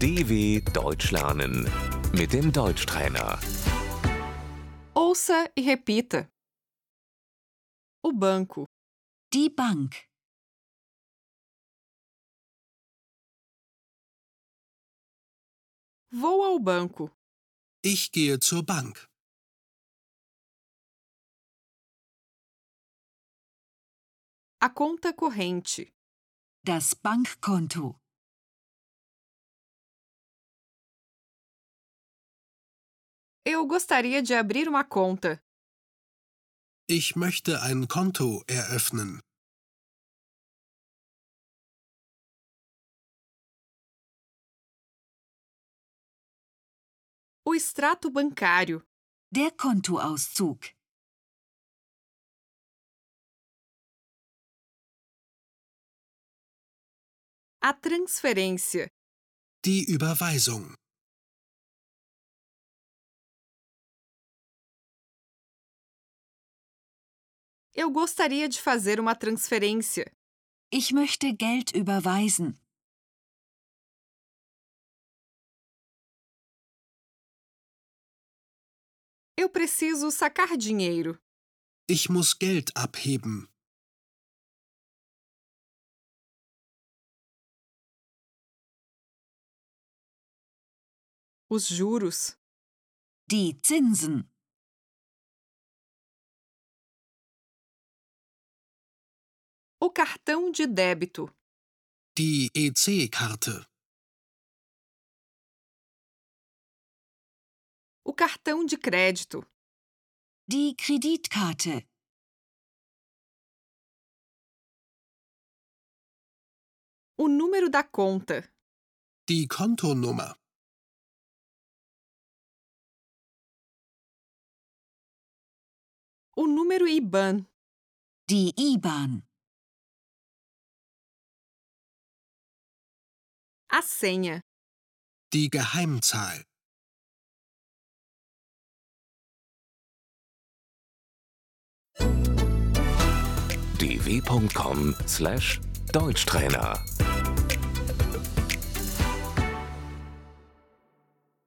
DW Deutsch lernen mit dem Deutschtrainer. Ouça e repita. O banco, Die Bank, vou ao banco, Ich gehe zur Bank. a conta corrente, das Bankkonto, eu gostaria de abrir uma conta, Ich möchte ein Konto eröffnen. o extrato bancário, der Kontoauszug, a transferência, Die Überweisung. eu gostaria de fazer uma transferência, ich möchte Geld überweisen, eu preciso sacar dinheiro, Ich muss Geld abheben. os juros, die Zinsen, o cartão de débito, Die E EC-Karte. o cartão de crédito, die Kreditkarte, o número da conta, Die Kontonummer. o número IBAN, die IBAN, a senha, Die Geheimzahl. dw.com/deutschtrainer